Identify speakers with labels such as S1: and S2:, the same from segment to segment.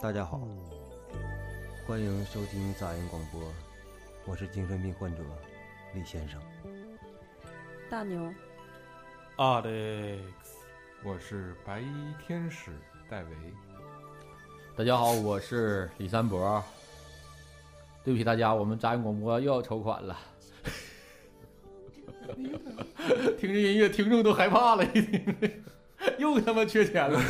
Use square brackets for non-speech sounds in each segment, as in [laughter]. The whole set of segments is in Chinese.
S1: 大家好，欢迎收听杂音广播，我是精神病患者李先生。
S2: 大牛，
S3: Alex，
S4: 我是白衣天使戴维，
S5: 大家好，我是李三博。对不起大家，我们杂音广播又要筹款了。 [laughs] 听着音乐，听众都害怕了，一听这又他妈缺钱了。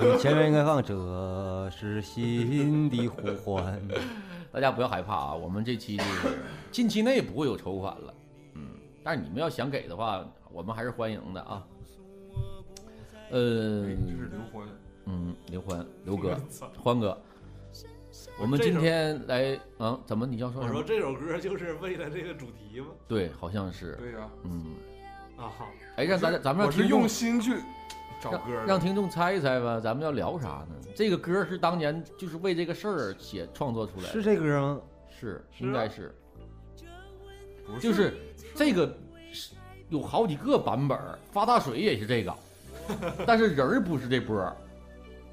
S1: 你前面应该放这是心的呼唤，
S5: 大家不要害怕啊，我们这期就是近期内不会有筹款了，嗯，但是你们要想给的话，我们还是欢迎的啊。
S4: 哎，
S5: 呃，
S4: 这是刘欢，
S5: 嗯，刘欢，刘哥，
S3: 操
S5: 欢哥，我们
S3: 这
S5: 今
S3: 首
S5: 天来，啊，怎么你要说
S3: 我
S5: 什
S3: 说
S5: 么？
S3: 这首歌就是为了这个主题吗？
S5: 对，好像是，
S4: 对呀，
S5: 嗯，
S3: 啊哈，
S5: 哎，让咱
S4: 我是
S5: 咱们
S4: 我
S5: 让
S4: 是
S5: 听众
S4: 用心去找歌
S5: 让
S4: 的，
S5: 让听众猜一猜吧，咱们要聊啥呢？这个歌是当年就是为这个事儿写创作出来的，
S1: 是这歌吗？
S5: 是
S3: 是
S5: 应该
S3: 啊
S5: 是，
S4: 不
S5: 就是是这个是有好几个版本儿，发大水也是
S4: [laughs]
S5: 这个，但是人儿不是这波儿，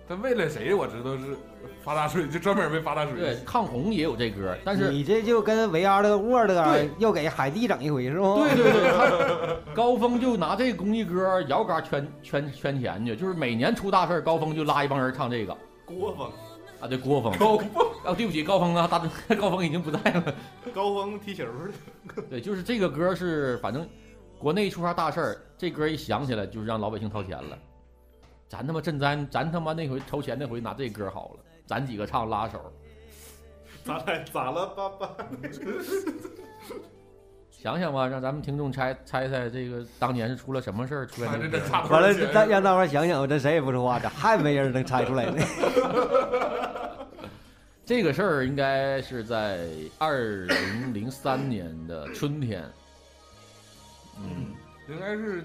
S4: 他为了谁我知道是发大水，就专门为发大水。
S5: 对，抗洪也有这歌儿，但是
S1: 你这就跟维阿的沃的
S5: 对
S1: 又给海蒂整一回是不？
S5: 对对对，他 [laughs] 高峰就拿这公益歌摇杆圈圈圈钱去，就是每年出大事儿，高峰就拉一帮人唱这个
S3: 郭峰，
S5: 啊，对，郭峰
S4: 高峰
S5: 啊，对不起，高峰啊，大 [laughs] 高峰已经不在了，
S3: 高峰踢球的，
S5: 对，就是这个歌是反正国内出啥大事儿，这歌一响起来就是让老百姓掏钱了，咱他妈赈灾，咱他妈那回筹钱那回拿这歌好了，咱几个唱拉手，
S3: 咱俩咋了爸爸？
S5: 想想吧，让咱们听众猜猜猜这个当年是出了什么事儿，出现
S4: 反
S5: 这
S4: 正
S5: 个
S4: 这
S5: 歌
S4: 差不多
S1: 完了
S4: 钱，
S1: 咱让大伙儿想想，这谁也不说话，这还没人能猜出来呢。
S5: [laughs] 这个事儿应该是在二零零三年的春天，嗯，
S4: 应该是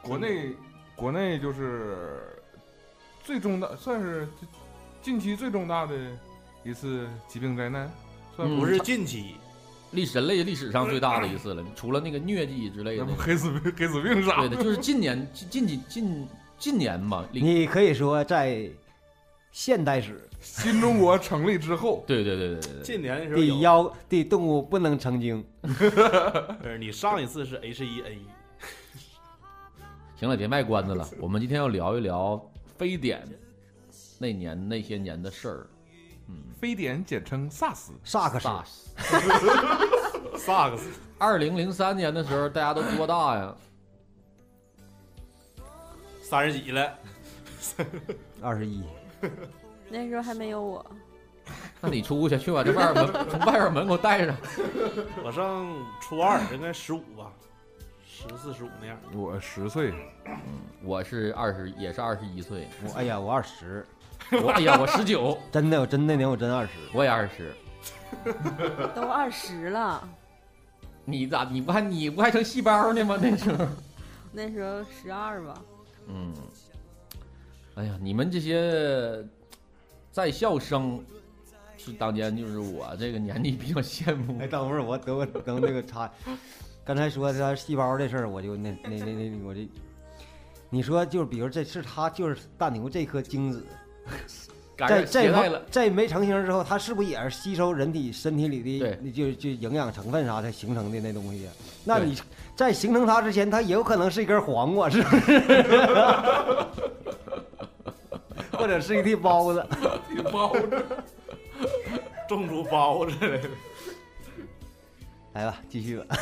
S4: 国内国内就是最重大，算是近期最重大的一次疾病灾难，算
S5: 嗯
S4: 不
S3: 不是近期，
S5: 历史人类历史上最大的一次了，除了那个疟疾之类
S4: 那
S5: 的
S4: 不，黑死病黑死病啥
S5: 对的，就是近年近近几近近年吧，零
S1: 你可以说在现代史
S4: 新中国成立之后，
S5: 对对对对对对，
S3: 近年的时候
S1: 第
S3: 有，
S1: 妖第动物不能成精，
S3: 不呃是你上一次是 H 一 N 一，
S5: 行了，别卖关子了，我们今天要聊一聊非典那年那些年的事儿，嗯
S4: 非典简称 SARS，
S1: 萨克斯。
S5: ，SARS。
S3: 萨克斯，
S5: 二零零三年的时候，大家都多大呀？
S3: 三十几了，
S1: 二十一，
S2: 那时候还没有我，
S5: 那你出去去把这外边门从外边门给我带上。
S3: 我上初二应该十五吧，十四十五那样。
S4: 我十岁，
S5: 我是二十，也是二十一岁。
S1: 我哎呀，我二十，
S5: 我哎呀，我十九，
S1: 真的，我真那年我真二十，
S5: 我也二十。
S2: 都二十了，
S5: 你咋你不还你不还成细胞呢吗？那时候，
S2: 那时候十二吧。
S5: 嗯，哎呀，你们这些在校生是当年就是我这个年纪比较羡慕
S1: 哎，。等会儿我等我等那个插，刚才说他细胞这事儿，我就那那那那那我这，你说就是比如这是他就是大牛这颗精子，
S5: 感
S1: 在
S5: 染
S1: 这
S5: 携带
S1: 方
S5: 了，
S1: 这没成型之后，它是不是也是吸收人体身体里的
S5: 对
S1: 就就营养成分啥才形成的那东西？那
S5: 对
S1: 你在形成它之前，它也有可能是一根黄瓜，是不是？ [laughs] 或者是一屉包子，
S4: 你包着
S3: 种出包子来 [laughs] 了，
S1: 来吧，继续吧。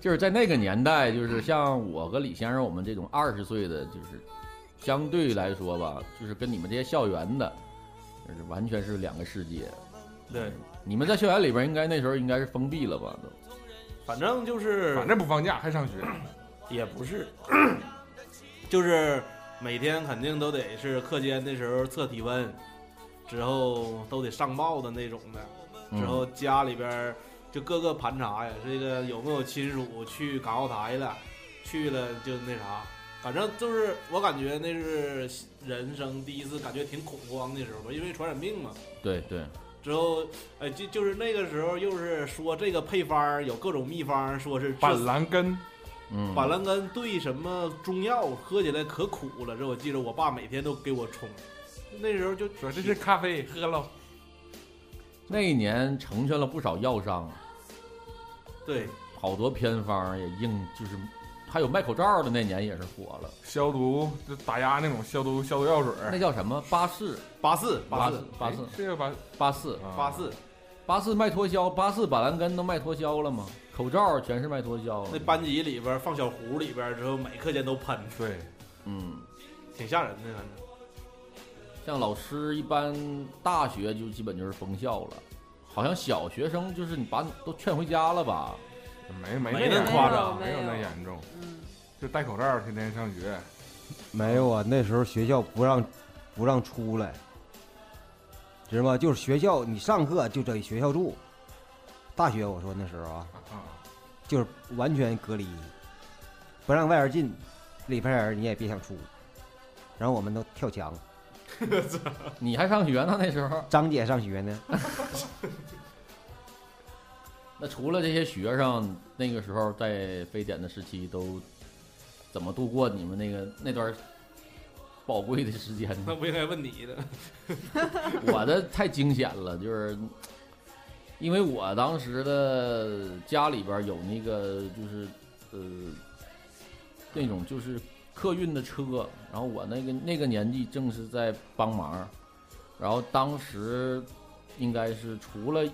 S5: 就是在那个年代，就是像我和李先生我们这种二十岁的，就是相对来说吧，就是跟你们这些校园的，就是完全是两个世界。
S3: 对，
S5: 你们在校园里边应该那时候应该是封闭了吧？都。
S3: 反正就是
S4: 反正不放假还上学，
S3: 也不是，就是每天肯定都得是课间的时候测体温，之后都得上报的那种的，
S5: 嗯
S3: 之后家里边儿就各个盘查呀，这个有没有亲属去港澳台了，去了就那啥，反正就是我感觉那是人生第一次感觉挺恐慌的时候吧，因为传染病嘛。
S5: 嗯、对对，
S3: 之后，哎，就就是那个时候，又是说这个配方儿有各种秘方儿，说是治
S4: 板蓝根
S5: 嗯，
S3: 板蓝根兑什么中药喝起来可苦了，这我记得我爸每天都给我冲，那时候就
S4: 说这是咖啡，喝了。
S5: 那一年成全了不少药商，
S3: 对
S5: 好多偏方也应就是，还有卖口罩的那年也是火了，
S4: 消毒就打压那种消毒消毒药水儿，
S5: 那叫什么巴氏
S3: 八四
S5: 八
S3: 四
S5: 八
S4: 哎
S5: 四啊
S4: 是要把
S5: 八四
S4: 啊
S3: 八，四，
S5: 八四卖脱销，八四板蓝根都卖脱销了吗？口罩全是卖脱销了
S3: 那，班级里边放小壶里边之后，每课间都喷，
S4: 啊对，
S5: 嗯。
S3: 挺吓人的，反
S5: [laughs]
S3: 正。
S5: 像老师一般大学就基本就是封校了，好像小学生就是你把你都劝回家了吧？
S4: 没没
S3: 没那
S4: 那严
S3: 夸
S4: 重
S3: 张
S4: 没有
S2: 没有
S4: 那严重，
S2: 嗯，
S4: 就戴口罩天天上学，
S1: 没有啊，那时候学校不让不让出来，知道吗？就是学校你上课就在学校住，大学我说那时候啊，
S4: 啊，
S1: 就是完全隔离，不让外人进，里边人你也别想出。然后我们都跳墙，
S5: 你还上学呢那时候？
S1: 张姐上学呢，
S5: 那除了这些学生，那个时候在非典的时期都怎么度过你们那个那段宝贵的时间
S3: 那
S5: 呢？
S3: 不应该问你的，
S5: [laughs] 我的太惊险了，就是因为我当时的家里边有那个就是呃那种就是客运的车，然后我那个那个年纪正是在帮忙，然后当时应该是除了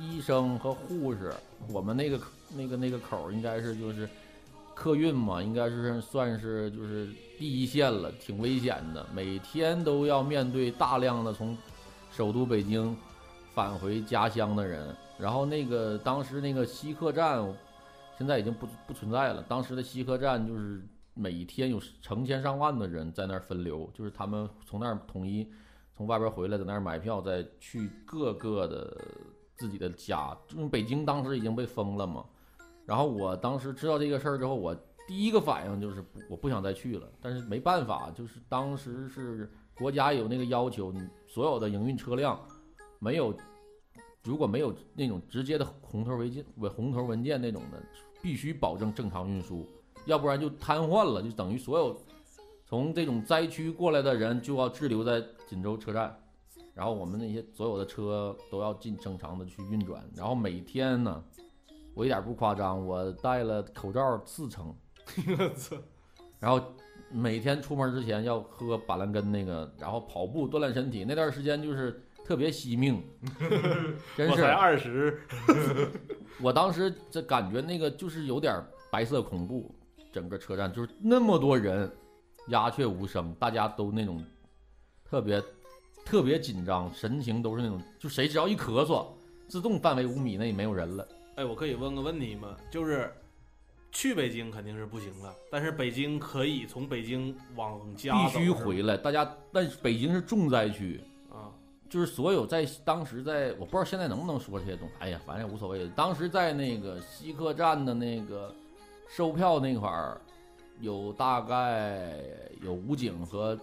S5: 医生和护士，我们那个那个那个口儿应该是就是客运嘛，应该是算是就是第一线了，挺危险的，每天都要面对大量的从首都北京返回家乡的人。然后那个当时那个西客站，现在已经不不存在了。当时的西客站就是每天有成千上万的人在那儿分流，就是他们从那儿统一从外边回来，在那儿买票，再去各个的自己的家。因为北京当时已经被封了嘛。然后我当时知道这个事儿之后，我第一个反应就是不我不想再去了，但是没办法，就是当时是国家有那个要求，你所有的营运车辆没有如果没有那种直接的红头文件、红头文件那种的，必须保证正常运输，要不然就瘫痪了，就等于所有从这种灾区过来的人就要滞留在锦州车站，然后我们那些所有的车都要进正常的去运转，然后每天呢，我一点不夸张，我戴了口罩四层，
S3: [laughs] 我操，
S5: 然后每天出门之前要喝板蓝根那个，然后跑步锻炼身体，那段时间就是特别
S3: [laughs]
S5: 惜命，真
S3: 我
S5: 是
S3: 才二十，
S5: 我当时这感觉那个就是有点白色恐怖，整个车站就是那么多人，鸦雀无声，大家都那种特别特别紧张，神情都是那种，就谁只要一咳嗽，自动范围五米内没有人了。
S3: 哎，我可以问个问题吗？就是去北京肯定是不行了，但是北京可以从北京往家
S5: 必
S3: 走
S5: 须
S3: 是吗
S5: 回来，大家。但是北京是重灾区，
S3: 啊，
S5: 就是所有在当时在我不知道现在能不能说这些东西，哎呀，反正也无所谓。当时在那个西客站的那个售票那块儿，有大概有武警和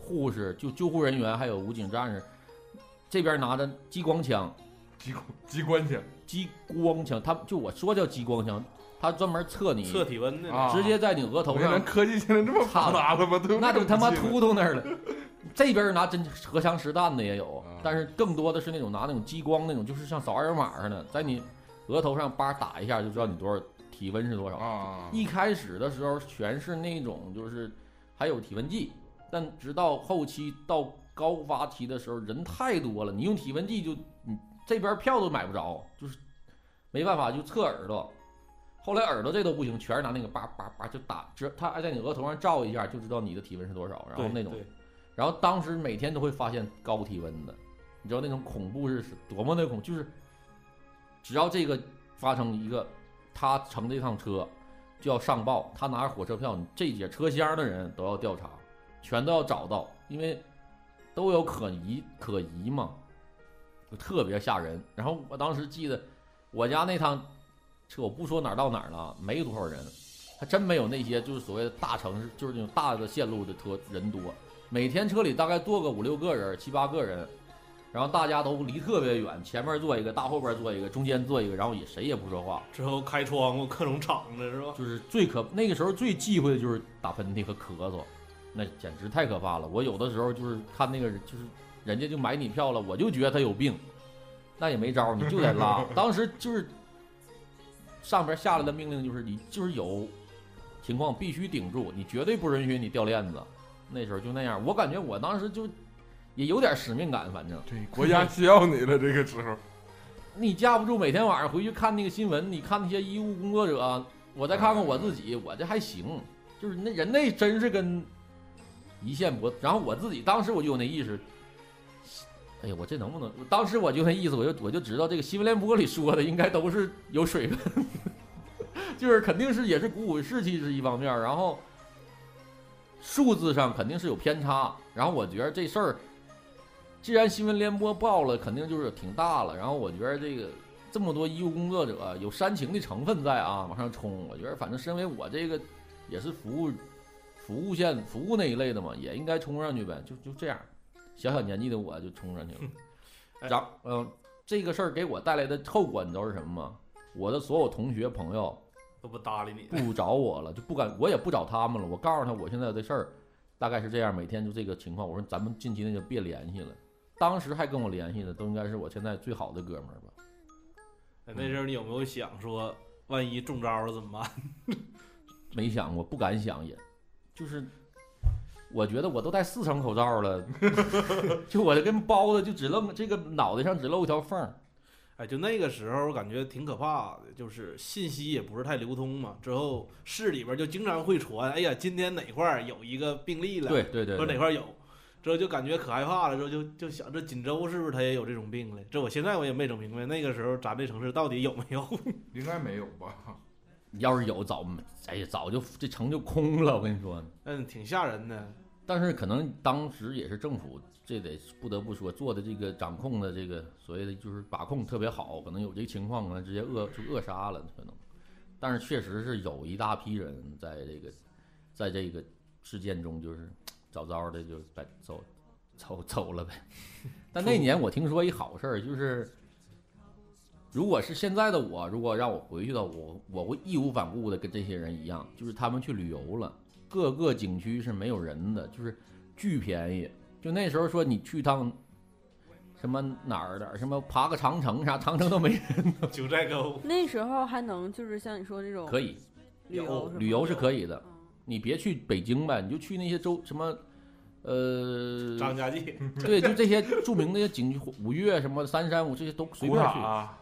S5: 护士，就救护人员还有武警战士，这边拿着激光枪，
S4: 机关机关枪
S5: 激光枪，他就我说叫激光枪，他专门测你，
S3: 测体温的呢
S4: 啊
S5: 直接在你额头
S4: 我
S5: 上
S4: 咱科技现在这么发达了吗？都
S5: 那都他妈
S4: 这么
S5: 突突那儿了。这边拿真荷枪实弹的也有
S4: 啊，
S5: 但是更多的是那种拿那种激光那种，就是像扫二维码似的，在你额头上叭打一下就知道你多少体温是多
S4: 近
S5: 少
S4: 了。啊，
S5: 一开始的时候全是那种就是还有体温计，但直到后期到高发期的时候人太多了，你用体温计就你这边票都买不着，就是没办法就测耳朵。后来耳朵这都不行，全是拿那个叭叭叭就打，只他还在你额头上照一下就知道你的体温是多少，然后
S3: 对
S5: 那种
S3: 对
S5: 然后当时每天都会发现高体温的，你知道那种恐怖是多么的恐，就是只要这个发生一个，他乘这趟车就要上报，他拿着火车票，你这节车厢的人都要调查，全都要找到，因为都有可疑可疑嘛，就特别吓人。然后我当时记得我家那趟车，我不说哪儿到哪儿了啊，没多少人，还真没有那些就是所谓的大城市，就是那种大的线路的车人多。每天车里大概坐个五六个人、七八个人，然后大家都离特别远，前面坐一个，大后边坐一个，中间坐一个，然后也谁也不说话，
S3: 之后开窗户各种敞着是吧？
S5: 就是最可那个时候最忌讳的就是打喷嚏和咳嗽，那简直太可怕了。我有的时候就是看那个人，就是人家就买你票了，我就觉得他有病，那也没招儿，你就得拉。当时就是上边下来的命令就是你就是有情况必须顶住，你绝对不允许你掉链子。那时候就那样，我感觉我当时就也有点使命感，反正。
S4: 对，国家需要你了，这个时候。
S5: 你架不住每天晚上回去看那个新闻，你看那些医务工作者，我再看看我自己，我这还行，就是那人类真是跟一线搏。然后我自己当时我就有那意识，哎呀，我这能不能？当时我就那意思，我就我就知道这个新闻联播里说的应该都是有水分， [laughs] 就是肯定是也是鼓舞士气是一方面，然后数字上肯定是有偏差。然后我觉得这事儿既然新闻联播报了，肯定就是挺大了。然后我觉得这个这么多医务工作者有煽情的成分在啊，往上冲。我觉得反正身为我这个也是服务服务线服务那一类的嘛，也应该冲上去呗。就就这样，小小年纪的我就冲上去了。
S3: 哎
S5: 然后嗯、这个事儿给我带来的后果你知道是什么吗？我的所有同学朋友
S3: 都不搭理你。
S5: 不找我了，就不敢，我也不找他们了。我告诉他我现在的事儿大概是这样，每天就这个情况。我说咱们近期那就别联系了。当时还跟我联系的都应该是我现在最好的哥们儿吧。
S3: 哎那时候你有没有想说，万一中招了怎么办？
S5: 没想过，不敢想也，就是我觉得我都戴四层口罩了， [laughs] 就我这跟包子就只露这个脑袋上只露一条缝儿。
S3: 哎，就那个时候感觉挺可怕的，就是信息也不是太流通嘛。之后市里边就经常会传，哎呀，今天哪块儿有一个病例了，
S5: 对对对
S3: 说哪
S5: 对，
S3: 块儿有，之后就感觉可害怕了，之后就就想这锦州是不是他也有这种病了？这我现在我也没整明白，那个时候咱这城市到底有没有？
S4: 应该没有吧？
S5: 要是有早没，哎呀，早就这城就空了。我跟你说，
S3: 嗯，挺吓人的。 [laughs]
S5: 但是可能当时也是政府，这得不得不说做的这个掌控的这个所谓的就是把控特别好，可能有这个情况，可能直接扼就扼杀了可能。但是确实是有一大批人在这个，在这个事件中就是早早的就把走走走了呗。 [laughs] 但那年我听说一好事儿，就是如果是现在的我，如果让我回去的话我，我会义无反顾的跟这些人一样，就是他们去旅游了。各个景区是没有人的，就是巨便宜。就那时候说你去趟什么哪儿的，什么爬个长城啥，长城都没人。
S3: 九寨沟
S2: 那时候还能就是像你说这种
S5: 可以，哦
S2: 旅游
S3: 有
S2: 什么
S5: 旅游是
S2: 的
S5: 可以的，
S2: 嗯
S5: 你别去北京呗，你就去那些周什么，呃，
S3: 张家界，
S5: 对，就这些著名的景区，五岳什么三山五这些都随
S4: 古
S5: 便
S4: 塔
S5: 去。
S4: 啊，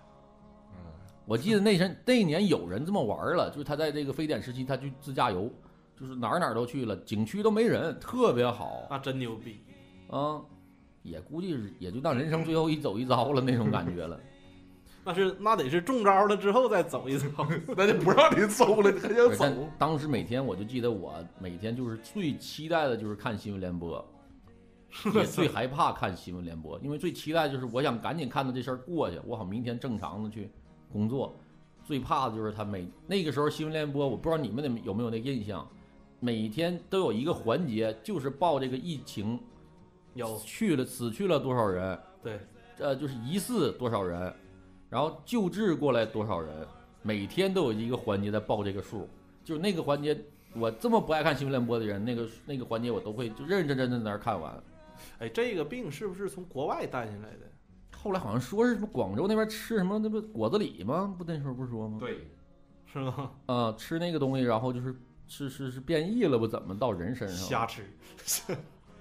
S4: 嗯
S5: 我记得那阵那一年有人这么玩儿了，就是他在这个非典时期，他去自驾游，就是哪儿哪儿都去了，景区都没人，特别好。
S3: 那真牛逼。
S5: 啊，也估计是也就当人生最后一走一遭了那种感觉了。
S3: 那是那得是中招了之后再走
S5: [laughs]
S3: 一遭。
S4: 那就不让你走了，你还想
S5: 对但
S4: 走？
S5: 当时每天我就记得我每天就是最期待的就是看新闻联播，
S3: [laughs]
S5: 也最害怕看新闻联播，因为最期待就是我想赶紧看到这事儿过去，我好明天正常的去工作。最怕的就是他每那个时候新闻联播，我不知道你们有没有那个印象，每天都有一个环节就是报这个疫情
S3: 有
S5: 去了死去了多少人，
S3: 对，
S5: 呃，就是疑似多少人，然后救治过来多少人，每天都有一个环节在报这个数，就是那个环节，我这么不爱看新闻联播的人，那个那个环节我都会就认认真真的在那儿看完。
S3: 哎，这个病是不是从国外带进来的？
S5: 后来好像说是什么广州那边吃什么那不果子狸吗？不那时候不是说吗？
S4: 对，
S3: 是吗？
S5: 啊、吃那个东西，然后就是是是是变异了不？怎么到人身上
S3: 瞎
S5: 了？
S3: 吃。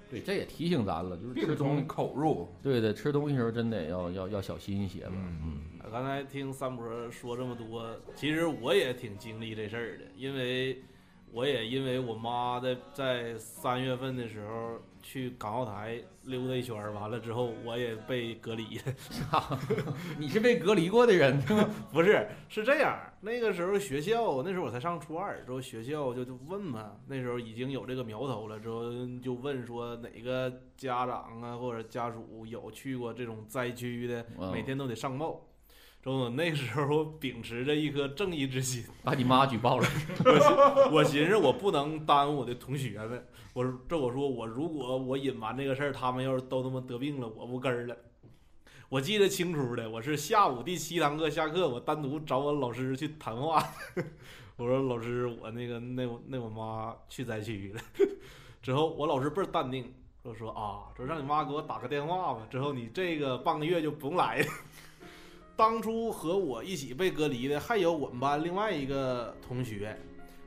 S5: 对，这也提醒咱了，就是吃
S4: 病
S5: 东
S4: 从
S5: 西，
S4: 口入。
S5: 对对，吃东西的时候真得要要要小心一些吧。
S4: 嗯，
S3: 啊刚才听三伯说这么多，其实我也挺经历这事儿的，因为我也因为我妈在在三月份的时候去港澳台溜达一圈儿，完了之后我也被隔离了。
S5: 你是被隔离过的人，
S3: [laughs] 不是，是这样，那个时候学校，那时候我才上初二，之后学校就就问嘛，那时候已经有这个苗头了，之后就问说哪个家长啊或者家属有去过这种灾区的，
S5: 嗯
S3: 每天都得上报。之后我那时候秉持着一颗正义之心。
S5: 把你妈举报了。
S3: [laughs]
S5: [laughs]
S3: 我寻思我不能耽误我的同学们，我说这我说我如果我隐瞒这个事儿，他们要是都他妈得病了，我不跟儿了。我记得清楚的，我是下午第七堂课下课，我单独找我老师去谈 [laughs] 话，我说老师，我那个那我那我妈去灾区了。 [laughs] 之后我老师倍儿淡定，就说啊，说让你妈给我打个电话吧，之后你这个半个月就不用来了。当初和我一起被隔离的还有我们班另外一个同学，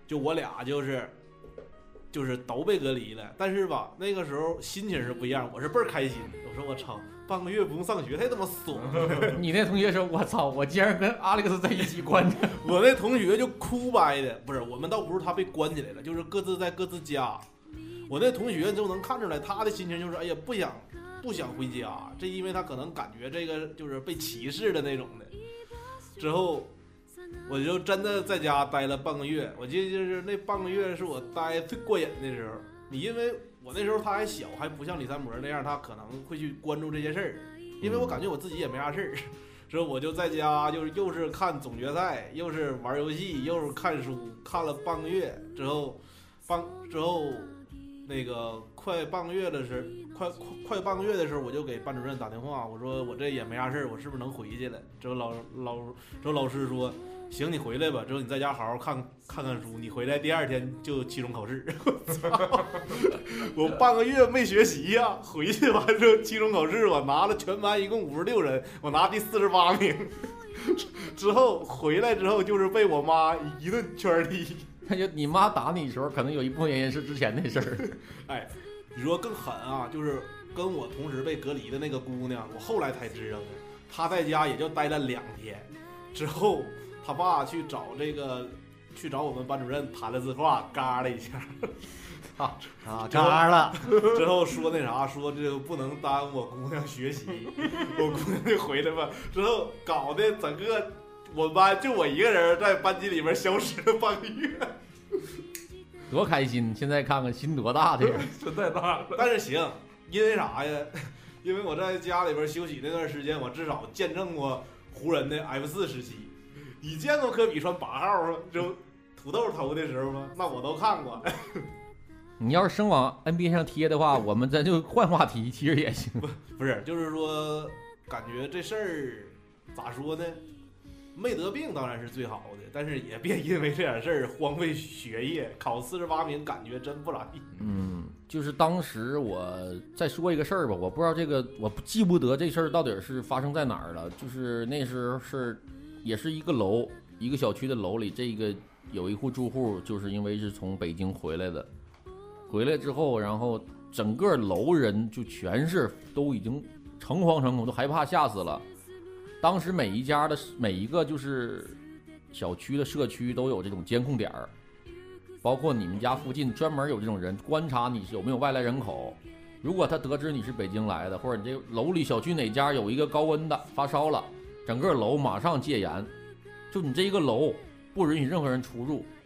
S3: 就我俩就是就是都被隔离了，但是吧那个时候心情是不一样，我是倍儿开心，我说我操，半个月不用上学太他妈爽了。
S5: 你那同学说：“我操，我竟然跟阿历克斯在一起关着。 [laughs]
S3: 我那同学就哭掰的，不是我们倒不是他被关起来了，就是各自在各自家。我那同学就能看出来，他的心情就是哎呀不想不想回家，啊这因为他可能感觉这个就是被歧视的那种的。之后我就真的在家待了半个月，我记得就是那半个月是我待最过瘾的时候。你因为我那时候他还小，还不像李三模那样，他可能会去关注这些事儿，因为我感觉我自己也没啥事儿。之后我就在家，就是又是看总决赛，又是玩游戏，又是看书，看了半个月之后，半之后那个快半个月的时，快快快半个月的时候，我就给班主任打电话，我说我这也没啥事儿，我是不是能回去了？之后老老之后老师说。行，你回来吧。之后你在家好好看看看书。你回来第二天就期中考试。 [laughs] 我操！我半个月没学习呀、回去完之后期中考试，我拿了全班一共五十六人，我拿第四十八名。 [laughs] 之后回来之后就是被我妈一顿圈儿踢。”
S5: 他就你妈打你的时候，可能有一部分原因是之前那事儿。 [laughs]
S3: 哎，你说更狠啊，就是跟我同时被隔离的那个姑娘，我后来才知道的，她在家也就待了两天，之后她爸去找这个，去找我们班主任谈了次话，嘎了一下，
S1: 啊，嘎了，
S3: 之后说那啥，说这个不能耽误我姑娘学习，我姑娘就回来吧。之后搞得整个我们班就我一个人在班级里边消失了半个月。
S5: 多开心！现在看看心多大的呀！
S4: [laughs] 这太大了。
S3: [laughs] 但是行，因为啥呀？ [laughs] 因为我在家里边休息那段时间，我至少见证过湖人的 F 四时期。你见过科比穿八号就土豆头的时候吗？那我都看过。 [laughs]
S5: 你要是生往 NBA 上贴的话，我们咱就换话题，其实也行。
S3: 不是，就是说，感觉这事儿咋说呢？没得病当然是最好的，但是也别因为这点事儿荒废学业，考四十八名感觉真不咋地。
S5: 嗯，就是当时我再说一个事儿吧，我不知道这个，我不记不得这事儿到底是发生在哪儿了。就是那时候是，也是一个楼，一个小区的楼里，这个有一户住户，就是因为是从北京回来的，回来之后，然后整个楼人就全是都已经诚惶诚恐，都害怕吓死了。当时每一家的每一个就是小区的社区都有这种监控点儿，包括你们家附近专门有这种人观察你是有没有外来人口。如果他得知你是北京来的，或者你这楼里小区哪家有一个高温的发烧了，整个楼马上戒严，就你这一个楼不允许任何人出入。
S3: [laughs]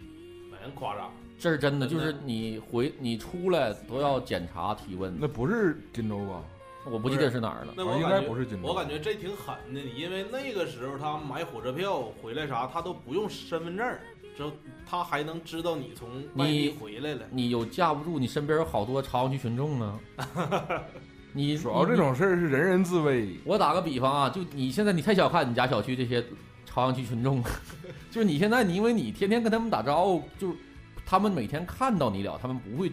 S3: 蛮夸张，
S5: 这是真的，
S3: 真
S5: 就
S3: 的
S4: 嗯
S5: 是你回你出来都要检查体温。
S4: 那不是锦州吧？
S5: 我不记得是哪儿了。
S3: 那
S4: 啊
S3: 我
S4: 应
S3: 感
S4: 该
S3: 觉
S4: 不是锦州。
S3: 我感觉这挺狠的，你因为那个时候他买火车票回来啥，他都不用身份证儿，之后他还能知道你从外地回来了。
S5: 你有架不住你身边有好多朝阳区群众呢。
S4: [laughs]
S5: 你
S4: 主要这
S5: 你
S4: 种事儿是人人自危。
S5: 我打个比方啊，就你现在你太小看你家小区这些朝阳区群众， [laughs] 就是你现在你因为你天天跟他们打招呼，就是他们每天看到你了，他们不会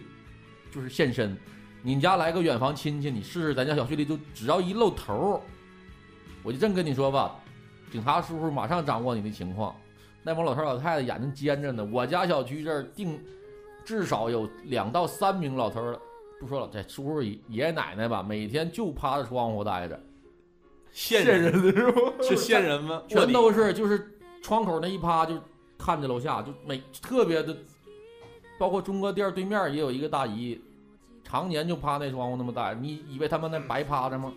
S5: 就是现身。你家来个远房亲戚，你试试咱家小区里就只要一露头儿，我就这么跟你说吧，警察叔叔马上掌握你的情况。那帮老头儿老太太眼睛尖着呢，我家小区这儿定至少有两到三名老头儿了，不说了，这叔叔爷爷奶奶吧，每天就趴着窗户待着。
S3: 现
S4: 骗
S3: 人
S4: 人的是吧？
S3: [laughs] 是现人吗？卧
S5: 全
S3: 底
S5: 都是就是窗口那一趴就看着楼下，就每特别的，包括中国店对面也有一个大姨，常年就趴那窗户那么待，你以为他们那白趴着吗？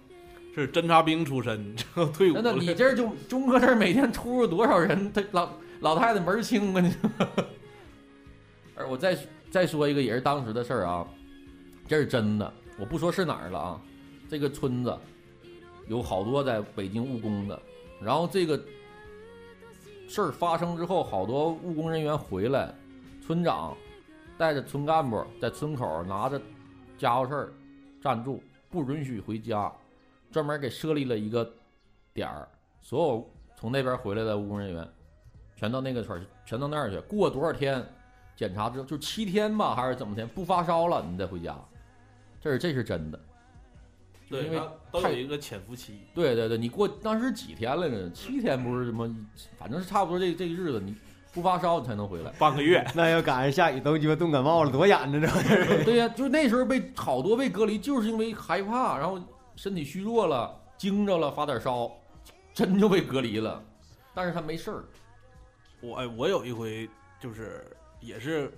S3: 是侦察兵出身， [laughs] 之后退伍
S5: 真
S3: 了
S5: 的，。你这儿就中国这儿每天出入多少人？他老老太太门儿清啊，你知道吗？ [laughs] 而我再再说一个，也是当时的事儿啊，这是真的，我不说是哪儿了啊。这个村子有好多在北京务工的，然后这个事儿发生之后，好多务工人员回来，村长带着村干部在村口拿着家伙事儿站住，不允许回家，专门给设立了一个点儿，所有从那边回来的务工人员全到那个村儿去，全到那儿去。过多少天，检查之后就七天吧，还是怎么的，不发烧了你再回家，这是这是真的。就是
S3: 对，
S5: 因为
S3: 它都
S5: 太
S3: 有一个潜伏期，
S5: 对对对，你过当时几天来着？七天不是什么，反正是差不多这这个日子，你不发烧你才能回来。
S3: 半个月。
S1: [laughs] 那要赶上下雨都鸡巴冻感冒了，多眼着这 [laughs] 玩意儿。
S5: 对呀、就那时候被好多被隔离，就是因为害怕，然后身体虚弱了，惊着了，发点烧，真就被隔离了。但是他没事儿，
S3: 我哎，我有一回就是也是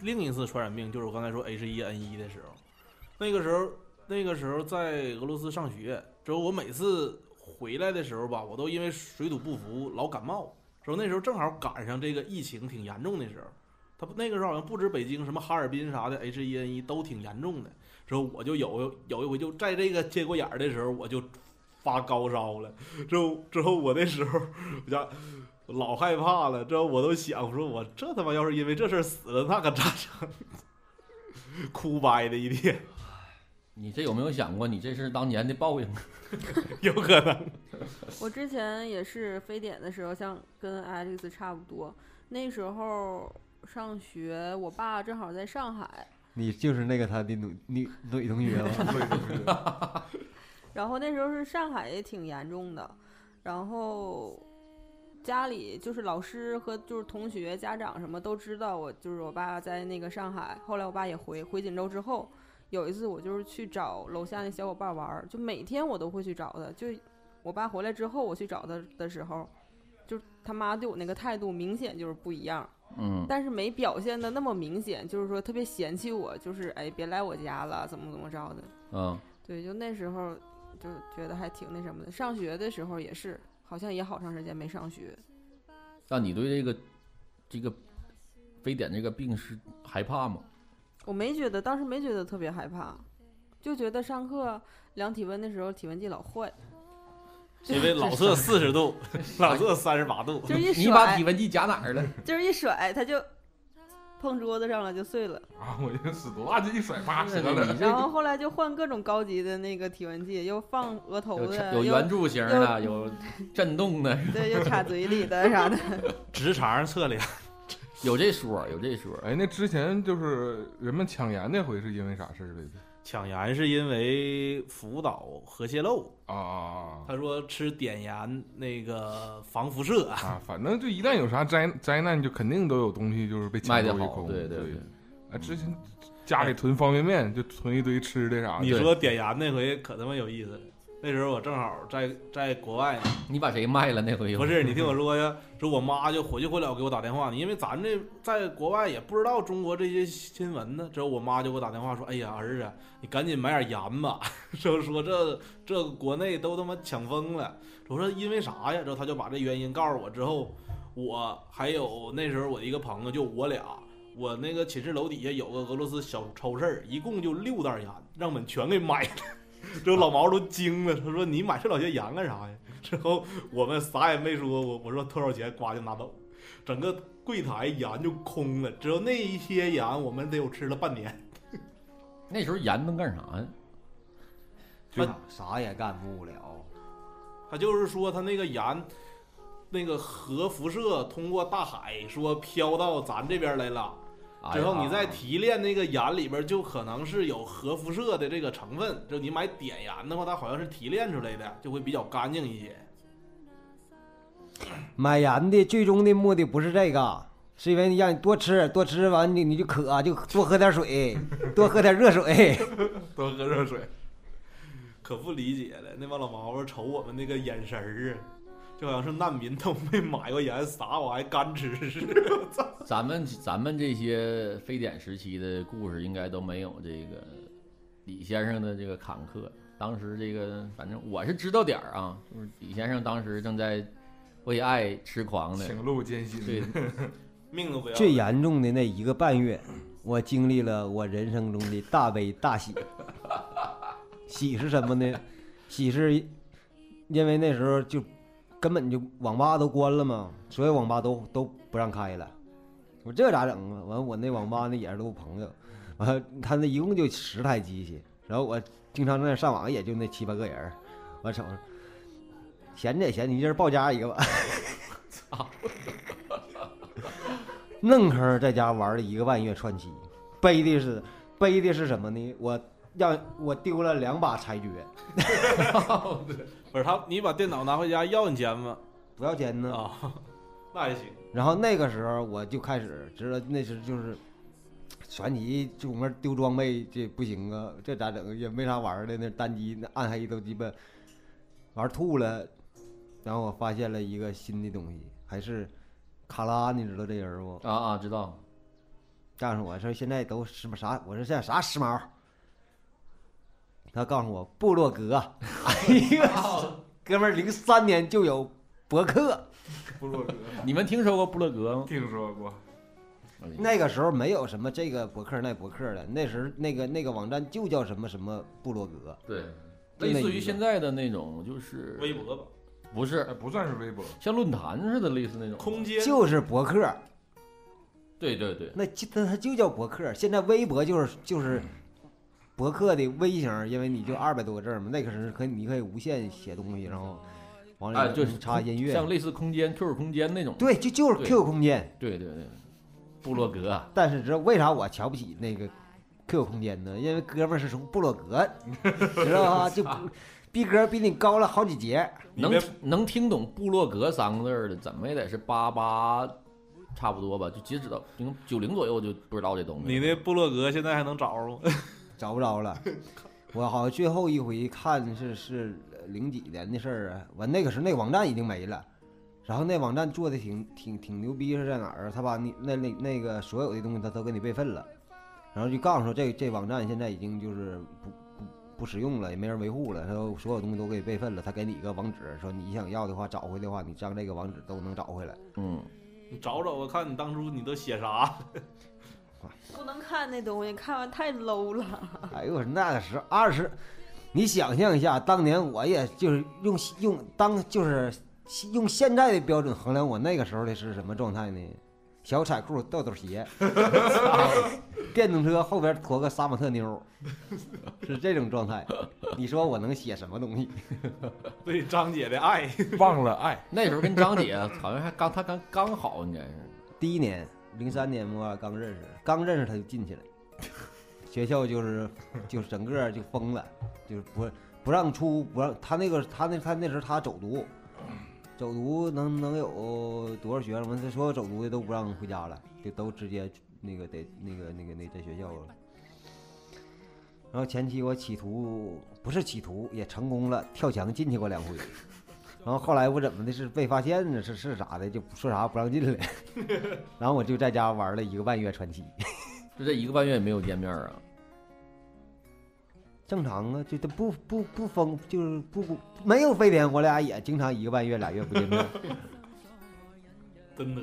S3: 另一次传染病，就是我刚才说 H 1 N 1的时候，那个时候那个时候在俄罗斯上学，之后我每次回来的时候吧，我都因为水土不服老感冒。之后那时候正好赶上这个疫情挺严重的时候，他不那个时候好像不止北京，什么哈尔滨啥的 H 1 N 1都挺严重的。之后我就有有一回就在这个节骨眼儿的时候，我就发高烧了。之后之后我那时候我家我老害怕了，这我都想我说我这他妈要是因为这事儿死了，那可咋整？哭掰的一天，
S5: 你这有没有想过，你这是当年的报应？啊
S3: 有可能。
S2: 我之前也是非典的时候，像跟 Alex 差不多，那时候上学，我爸正好在上海，
S1: 你就是那个他的女女女同学吧？
S2: 然后那时候是上海也挺严重的，然后家里就是老师和就是同学、家长什么都知道我就是我爸在那个上海。后来我爸也回回锦州之后，有一次我就是去找楼下那小伙伴玩儿，就每天我都会去找他。就我爸回来之后，我去找他的时候，就是他妈对我那个态度明显就是不一样。
S5: 嗯，
S2: 但是没表现的那么明显，就是说特别嫌弃我，就是哎别来我家了，怎么怎么着的。
S5: 嗯，
S2: 对，就那时候就觉得还挺那什么的。上学的时候也是，好像也好长时间没上学。
S5: 但你对这个这个非典这个病是害怕吗？
S2: 我没觉得，当时没觉得特别害怕，就觉得上课量体温的时候体温计老坏，
S3: 因为老测四十度，老测三十八度，
S2: 就是一
S5: 你把体
S2: 甩，
S5: 温计夹哪儿了？
S2: [laughs] 就是一甩，它就碰桌子上了，就碎了。
S4: 啊，我这死多大劲一甩，啪折
S5: 你
S4: 了。
S5: 这
S2: 然后后来就换各种高级的那个体温计，又放额头
S5: 有
S2: 的，
S5: [laughs] 有
S2: 又
S5: 圆柱形的，有震动的， [laughs]
S2: 对，又插嘴里的啥的。
S3: 直肠测量。
S5: 有这说，有这说。
S4: 哎，那之前就是人们抢盐那回是因为啥事儿来着？
S3: 抢盐是因为福岛核泄漏，
S4: 啊啊
S3: 他说吃碘盐那个防辐射
S4: 啊！啊，反正就一旦有啥灾灾难，就肯定都有东西就是被
S5: 卖
S4: 抢购
S5: 的
S4: 一
S5: 好，
S4: 空。
S5: 对
S4: 对
S5: 对。嗯
S4: 啊，之前家里囤方便面，就囤一堆吃的啥的。
S3: 你说碘盐那回可他妈有意思了。那时候我正好在在国外呢，
S5: 你把谁卖了那回？
S3: 不是，你听我说呀，说我妈就火急火燎给我打电话呢，因为咱这在国外也不知道中国这些新闻呢。之后我妈就给我打电话说：“哎呀，儿子，你赶紧买点盐吧。” [laughs] 说说这这国内都他妈抢疯了。我说因为啥呀？之后他就把这原因告诉我之后，我还有那时候我的一个朋友，就我俩，我那个寝室楼底下有个俄罗斯小超市儿，一共就六袋盐，让我们全给买了。 [laughs] 之后老毛都惊了，他说：“你买这老些盐干啥呀？” [laughs] 之后我们啥也没说，我我说多少钱，呱就拿走，整个柜台盐就空了。只有那一些盐，我们得有吃了半年。
S5: 那时候盐能干啥呀？
S1: [laughs] 就啥也干不了。
S3: 他就是说，他那个盐，那个核辐射通过大海说飘到咱这边来了，
S5: 哎
S3: 之
S5: 呀
S3: 后你再提炼那个盐里边，就可能是有核辐射的这个成分。就你买碘盐的话，它好像是提炼出来的，就会比较干净一些。
S1: 买盐的最终的目的不是这个，是因为你让你多吃，多吃完你你就渴，就多喝点水，多喝点热水。
S3: 多喝热水。可不理解了，那帮老毛子瞅我们那个眼神儿啊，就好像是难民都没买过盐，啥玩意儿干吃似的。 [laughs]
S5: 咱们咱们这些非典时期的故事，应该都没有这个李先生的这个坎坷。当时这个，反正我是知道点儿啊，就是
S1: 嗯
S5: 李先生当时正在为爱痴狂呢。
S4: 情路艰辛。
S5: 对，
S3: 命都不要了。
S1: 最严重的那一个半月，我经历了我人生中的大悲大喜。喜是什么呢？喜是因为那时候就根本就网吧都关了嘛，所有网吧都都不让开了。我这咋整啊？完，我那网吧那也是都朋友，完了他那一共就十台机器，然后我经常在那上网，也就那七八个人儿，我瞅着闲着也闲，你一人报家一个吧。愣坑在家玩了一个半月串七，悲的是悲的是什么呢？我让我丢了两把裁决，
S3: 不是他，你把电脑拿回家要你钱吗？
S1: 不要钱呢。
S3: 啊，那也行。
S1: 然后那个时候我就开始知道，那时就是传奇这种面丢装备这不行啊，这咋整？也没啥玩儿的，那单机那暗黑都鸡巴玩吐了。然后我发现了一个新的东西，还是卡拉，你知道这人不？
S5: 啊啊，知道，
S1: 告诉我说现在都时髦啥？我说现在啥时髦？他告诉我部落格， [laughs] 哎
S5: 哦
S1: 呀， [laughs] 哥们儿零三年就有博客，
S4: 部落格
S5: 你们听说过布勒格吗？
S4: 听说过，
S1: 那个时候没有什么这个博客那博客的，那时候那个那个网站就叫什么什么部落格，
S5: 对，
S1: 就那
S5: 类似
S1: 一
S5: 于
S1: 个
S5: 现在的那种，就是
S3: [laughs] 微，博吧，
S5: 不是
S4: 哎，不算是微 [laughs] 博，
S5: 像论坛似的，类似那种
S3: 空。间
S1: 就是博客，
S5: 对对对，
S1: 那就它它就叫博客。现在微博就是就是
S5: 嗯
S1: 博客的微型，因为你就二百多个字儿嘛，那个时候可以你可以无限写东西，然后往
S5: 哎，
S1: 里
S5: 就是
S1: 面插音乐，
S5: 像类似空间、QQ 空间那种。
S1: 对，就就是
S5: 对
S1: QQ 空间。
S5: 对对对，布洛格啊，
S1: 但是知道为啥我瞧不起那个 QQ 空间呢？因为哥们儿是从部落格，知道吧？就不逼格比你高了好几节。
S3: 你
S5: 能
S3: 别
S5: 能听懂“布洛格”三个字儿的，怎么也得是八八，差不多吧，就截止到零九零左右就不知道这东西了。
S3: 你那部落格现在还能找着吗？ [laughs]
S1: 找不着了。 [laughs] 我好像最后一回看是是零几年的事儿啊，完那个时候那个网站已经没了，然后那网站做的挺挺挺牛逼是在哪儿啊？他把你那那那个所有的东西他都给你备份了，然后就告诉说这这网站现在已经就是不不不使用了，也没人维护了，他说所有东西都给你备份了，他给你一个网址，说你想要的话找回的话，你上这个网址都能找回来。
S5: 嗯，
S3: 你找找，我看你当初你都写啥？ [laughs]
S2: 不能看那东西，看完太 low 了。 [laughs]
S1: 哎呦，我说那个时候二十，你想象一下，当年我也就是用用当就是用现在的标准衡量我那个时候的是什么状态呢？小彩裤、豆豆鞋，电动车后边驮个杀马特妞儿，是这种状态。你说我能写什么东西？
S3: 对张姐的爱，
S4: 忘了爱，
S5: 那时候跟张姐 [laughs] 好像还刚，她刚刚好，应该是
S1: 第一年，零三年吧，刚认识，刚认识他就进去了，学校就是就是整个就封了，就是不不让出，不让他那个他那他那时候他走读，走读能能有多少学生？完，他所有走读的都不让回家了，就都直接那个得那个那个那在学校了。然后前期我企图不是企图，也成功了，跳墙进去过两回。然后后来我怎么的是被发现呢？是是咋的？就说啥不让进了。然后我就在家玩了一个半月传奇，
S5: 就这一个半月也没有见面啊。
S1: 正常啊，就他不不不封，就是不不没有非典，我俩也经常一个半月俩月不见面。
S3: 真的。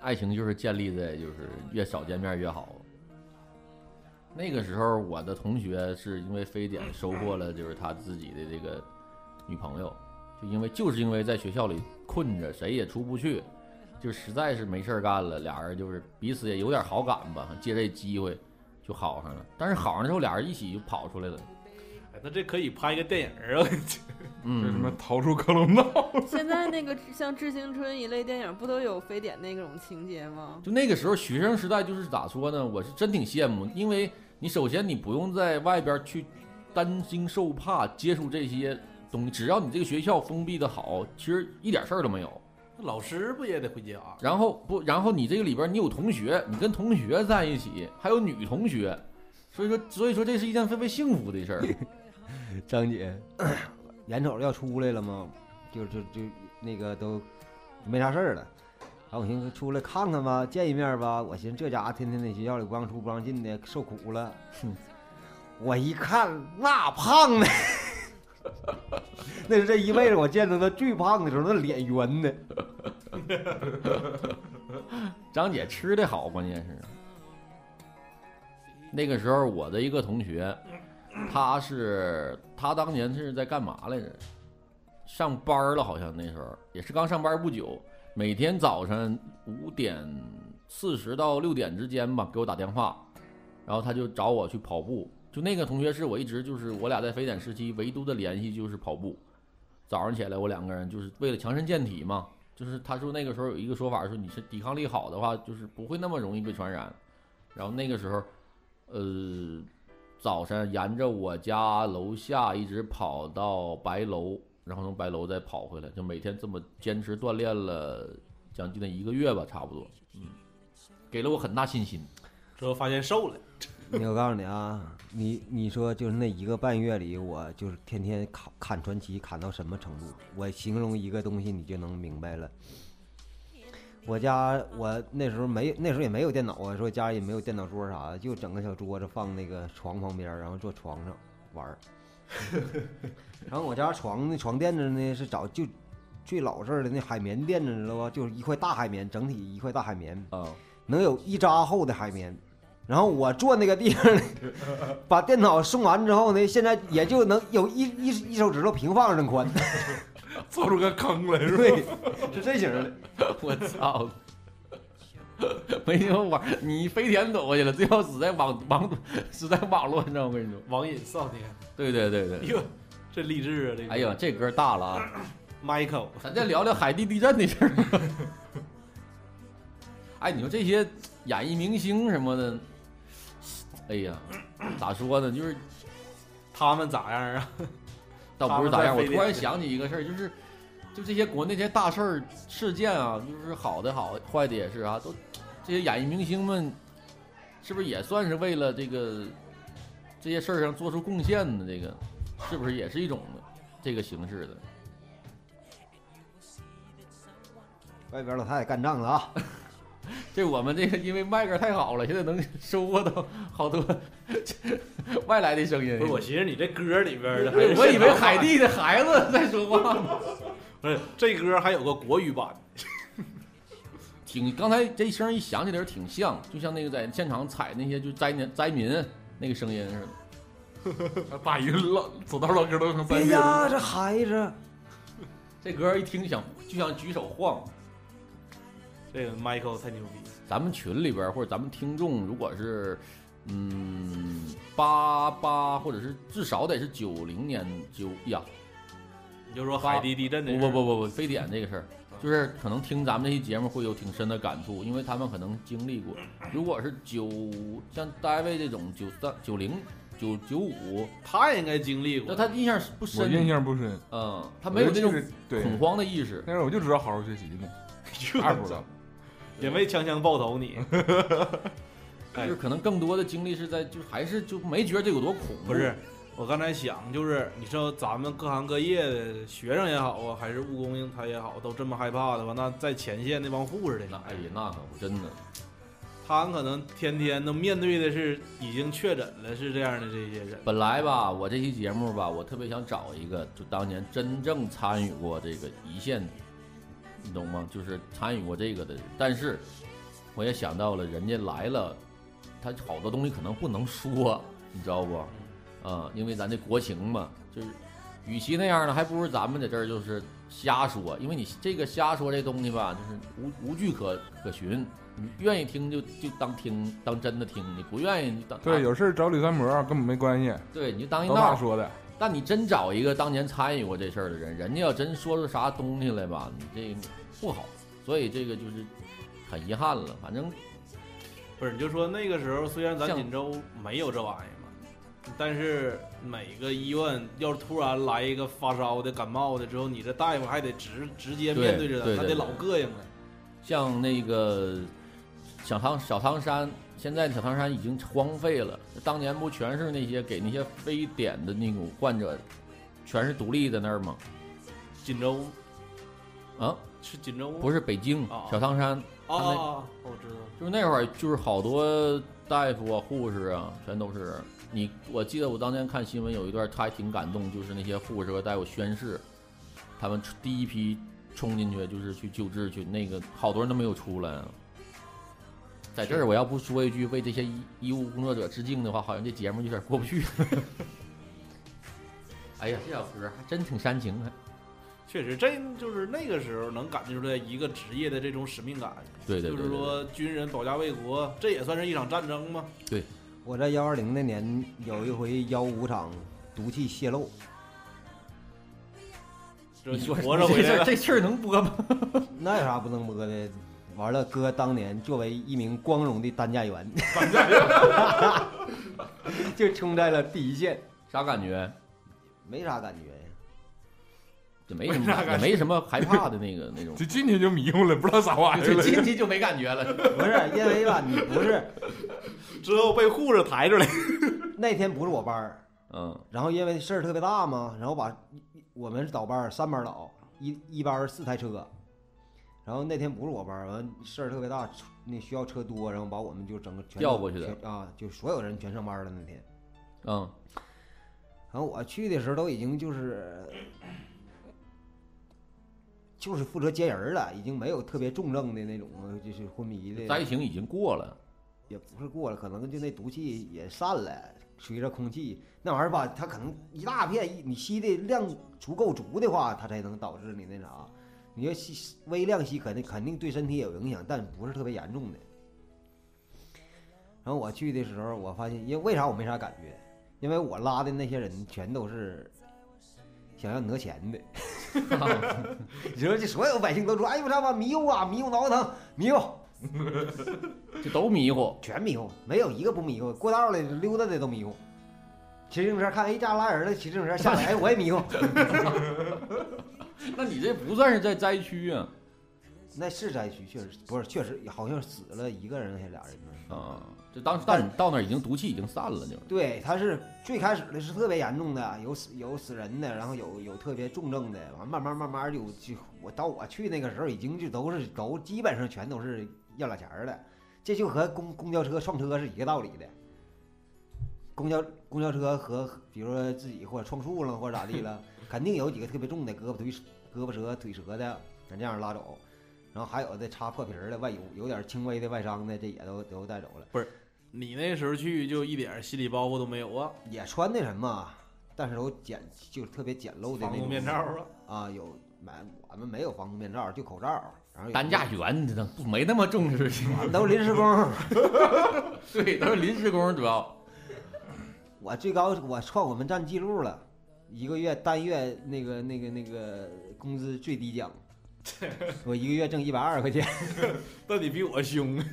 S5: 爱情就是建立在就是越少见面越好。那个时候，我的同学是因为非典收获了就是他自己的这个女朋友，就因为就是因为在学校里困着，谁也出不去，就实在是没事儿干了，俩人就是彼此也有点好感吧，借这机会就好上了。但是好上之后，俩人一起就跑出来了。
S3: 哎，那这可以拍个电影啊！我 [laughs] 跟你讲
S4: 这什么
S5: 嗯，
S4: 逃出克隆岛，
S2: 现在那个像《致青春》一类电影，不都有非典那种情节吗？
S5: 就那个时候学生时代就是咋说呢？我是真挺羡慕，因为你首先你不用在外边去担惊受怕接触这些东西，只要你这个学校封闭的好，其实一点事儿都没有。
S3: 那老师不也得回家？啊
S5: 然后不，然后你这个里边你有同学，你跟同学在一起，还有女同学，所以说所以说这是一件非常幸福的事儿。
S1: 张姐，眼瞅着要出来了嘛，就就就那个都没啥事儿了。然后我寻思出来看看吧，见一面吧。我寻思这家伙天天在学校里不让出不让进的，受苦了。哼我一看那胖的， [laughs] 那是这一辈子我见到他最胖的时候，那脸圆的。
S5: 张姐吃的好，关键是那个时候我的一个同学，他是他当年是在干嘛来着？上班儿了，好像那时候也是刚上班不久，每天早晨五点四十到六点之间吧，给我打电话，然后他就找我去跑步。就那个同学是我一直就是我俩在非典时期唯独的联系就是跑步，早上起来我两个人就是为了强身健体嘛，就是他说那个时候有一个说法说你是抵抗力好的话，就是不会那么容易被传染。然后那个时候，呃，早上沿着我家楼下一直跑到白楼，然后从白楼再跑回来，就每天这么坚持锻炼了将近的一个月吧，差不多。嗯，给了我很大信心。
S3: 之后发现瘦了，
S1: 你我告诉你啊，你你说就是那一个半月里，我就是天天砍砍传奇，砍到什么程度？我形容一个东西，你就能明白了。我家我那时候没那时候也没有电脑啊，说家也没有电脑桌啥的，就整个小桌子放那个床旁边，然后坐床上玩儿。然后我家床那床垫子呢是找就最老式的那海绵垫子，知道吧？就是一块大海绵，整体一块大海绵。
S5: 啊、
S1: 能有一扎厚的海绵。然后我坐那个地方呢，把电脑送完之后呢，现在也就能有一一一手指头平放上宽，
S4: 造出个坑来是吧？
S1: [laughs] 对，是这型的。
S5: [laughs] 我操！ [laughs] 没地方玩，你非得躲过去了，最后死在网网死在网络上。我跟你说，
S3: 网瘾少年。
S5: 对对对
S3: [laughs]
S5: 对
S3: 哎，呦，这励志啊！这个，
S5: 哎呀，这歌大了啊！
S3: ，Michael，
S5: 咱再聊聊海地地震的事儿。 [laughs] 哎，你说这些演艺明星什么的，哎呀，咋说呢？就是
S3: 他们咋样啊？
S5: 倒不是咋样，
S3: 他
S5: 我
S3: 们在非
S5: 突
S3: 得
S5: 然想起一个事儿，就是就这些国内这些大事儿事件啊，就是好的好，坏的也是啊，都这些演艺明星们是不是也算是为了这个这些事儿上做出贡献呢？这个是不是也是一种这个形式的？
S1: 外边老太太干仗了啊！
S5: 这我们这个因为麦克太好了，现在能收获到好多 [laughs] 外来的声音
S3: 不。是，我寻思你这歌里边
S5: [laughs]
S3: 的，还有
S5: 我以为
S3: 现场
S5: 海
S3: 版
S5: 地的孩子在说话呢。
S3: 不是这歌还有个国语版，
S5: 挺刚才这声一响起来挺像，就像那个在现场踩那些就灾民灾民那个声音似的。
S4: 大姨老走道唠嗑都成三
S1: 别
S4: 遍了。
S1: 呀，这孩子，
S5: 这歌一听想就想举手晃。
S3: 这个 Michael 太牛逼，
S5: 咱们群里边儿或者咱们听众，如果是嗯八八或者是至少得是九零年九呀，
S3: 你就说海地地震的事
S5: 不不
S3: 儿，
S5: 不不不，非典这个事儿，就是可能听咱们这期节目会有挺深的感触，因为他们可能经历过。如果是九像大卫这种九三九零九九五，
S3: 他应该经历
S5: 那
S3: 过。 [laughs]
S5: 他印象是不深，
S4: 我印象不深，
S5: 嗯，他没有
S4: 我
S5: 那
S4: 就
S5: 种
S4: 记着对
S5: 恐慌的意识。
S4: 那时候我就知道好好学习呢，啥也不知道。
S3: 也没枪枪爆头
S5: [laughs]
S3: 你，哎
S5: 就是可能更多的精力是在，就是还是就没觉得这有多恐怖。
S3: 不是，。我刚才想，就是你说咱们各行各业的学生也好啊，还是务工他也好，都这么害怕的话，那在前线那帮护士的
S5: 那
S3: 呢，
S5: 哎呀，那可不真的，
S3: 他们可能天天都面对的是已经确诊了是这样的这些人，
S5: 本来吧，我这期节目吧，我特别想找一个，就当年真正参与过这个一线，你懂吗？就是参与过这个的人。但是，我也想到了，人家来了，他好多东西可能不能说，你知道不？
S3: 嗯
S5: 啊、因为咱这国情嘛，就是，与其那样呢，还不如咱们在这儿就是瞎说，因为你这个瞎说这东西吧，就是无无据可可循。你愿意听就就当听当真的听，你不愿意你当
S4: 对，有事儿找吕三模根本没关系，
S5: 对你就当一
S4: 老
S5: 哎闹
S4: 大。说的。
S5: 但你真找一个当年参与过这事儿的人，人家要真说出啥东西来吧，你这个不好，所以这个就是很遗憾了。反正
S3: 不是，你就说那个时候虽然咱
S5: 像
S3: 锦州没有这玩意儿嘛，但是每个医院要是突然来一个发烧的、感冒的之后，你这大夫还得直直接面
S5: 对
S3: 着
S5: 对
S3: 他，他得
S5: 对
S3: 老膈应啊了。
S5: 像那个小汤小汤山，现在小汤山已经荒废了，当年不全是那些给那些非典的那种患者，全是独立在那儿吗？
S3: 锦州
S5: 啊，
S3: 是锦州吗？
S5: 不
S3: 是
S5: 是北京
S3: 哦
S5: 小汤山，
S3: 哦
S5: 他那
S3: 哦，哦我知道了。
S5: 就是那会儿，就是好多大夫啊、护士啊，全都是你。我记得我当年看新闻有一段，他还挺感动，就是那些护士和大夫宣誓，他们第一批冲进去就是去救治去，那个好多人都没有出来、啊。在这儿，我要不说一句为这些医医务工作者致敬的话，好像这节目有点过不去。 [laughs] 哎呀，这小歌还真挺煽情的。
S3: 确实，这就是那个时候能感觉出来一个职业的这种使命感，
S5: 对对
S3: 就
S5: 对
S3: 是
S5: 对对，
S3: 说军人保家卫国，这也算是一场战争吗？
S1: 我在幺二零那年有一回幺五厂毒气泄漏，
S3: 就
S5: 你
S3: 你
S5: 说
S3: 活着回
S5: 这
S3: 来了。
S5: 事儿 [laughs] 这事儿能播吗？
S1: 那有啥不能播的？完了，哥当年作为一名光荣的担架员，
S4: 反正
S1: [laughs] 就冲在了第一线，
S5: 啥感觉？
S1: 没啥感觉呀。
S5: 也没什么，也没什么害怕的那个
S4: [laughs]
S5: 那种，
S4: 就进去就迷糊了，不知道啥玩意儿
S5: 就
S4: 了。
S5: 进去就没感觉了。
S1: 不是因为吧，你不是
S3: 之后被护士抬出来，
S1: 那天不是我班儿，
S5: 嗯，
S1: 然后因为事儿特别大嘛，然后把我们是倒班儿，三班儿倒，一一班儿四台车，然后那天不是我班儿，完事儿特别大，那需要车多，然后把我们就整个全
S5: 调过去的
S1: 全啊，就所有人全上班儿了那天。
S5: 嗯，
S1: 然后我去的时候都已经就是就是负责接人儿了，已经没有特别重症的那种，就是昏迷的，
S5: 灾情已经过了，
S1: 也不是过了，可能就那毒气也散了，随着空气那玩意儿吧，它可能一大片，你吸的量足够足的话，它才能导致你那啥。你要吸微量吸，肯定肯定对身体也有影响，但不是特别严重的。然后我去的时候，我发现，因为为啥我没啥感觉？因为我拉的那些人全都是想要讹钱的。 [laughs] 你说这所有百姓都说：“哎呦我他妈迷糊啊，迷糊挠疼，迷糊。”
S5: 就都迷糊。
S1: 全迷糊，没有一个不迷糊。过道里溜达的都迷糊，骑自行车看，哎，家拉人了，骑自行车下来，哎，我也迷糊。 [laughs]
S5: 那你这不算是在灾区啊？
S1: 那是灾区，确实不是，确实好像死了一个人还是俩人呢。
S5: 啊，就当时到你到那儿已经毒气已经散了，就是。
S1: 对，他是最开始的是特别严重的，有死有死人的，然后有有特别重症的，完慢慢慢慢就就我到我去那个时候已经就都是都基本上全都是要俩钱儿的，这就和公公交车撞车是一个道理的。公交公交车和比如说自己或者撞树了或者咋地了， [laughs] 肯定有几个特别重的，胳膊腿胳膊折、腿折的，咱这样拉走，然后还有的擦破皮儿的，外有有点轻微的外伤的，这也都都带走了。
S3: 你那时候去就一点心理包袱都没有啊，
S1: 也穿那什么，啊但是都简就是特别简陋的
S3: 防
S1: 那
S3: 毒
S1: 种
S3: 面罩啊，
S1: 啊，有买我们没有防毒面罩，就口罩，然后有
S5: 担架员你这不没那么重视，
S1: [laughs] 我们都临时工。
S5: 对，都是临时工主要。
S1: 我最高我创我们站记录了，一个月单月那个那个那个工资最低
S3: [laughs]
S1: 奖，我一个月挣一百二十块钱，
S3: 但你比我凶。啊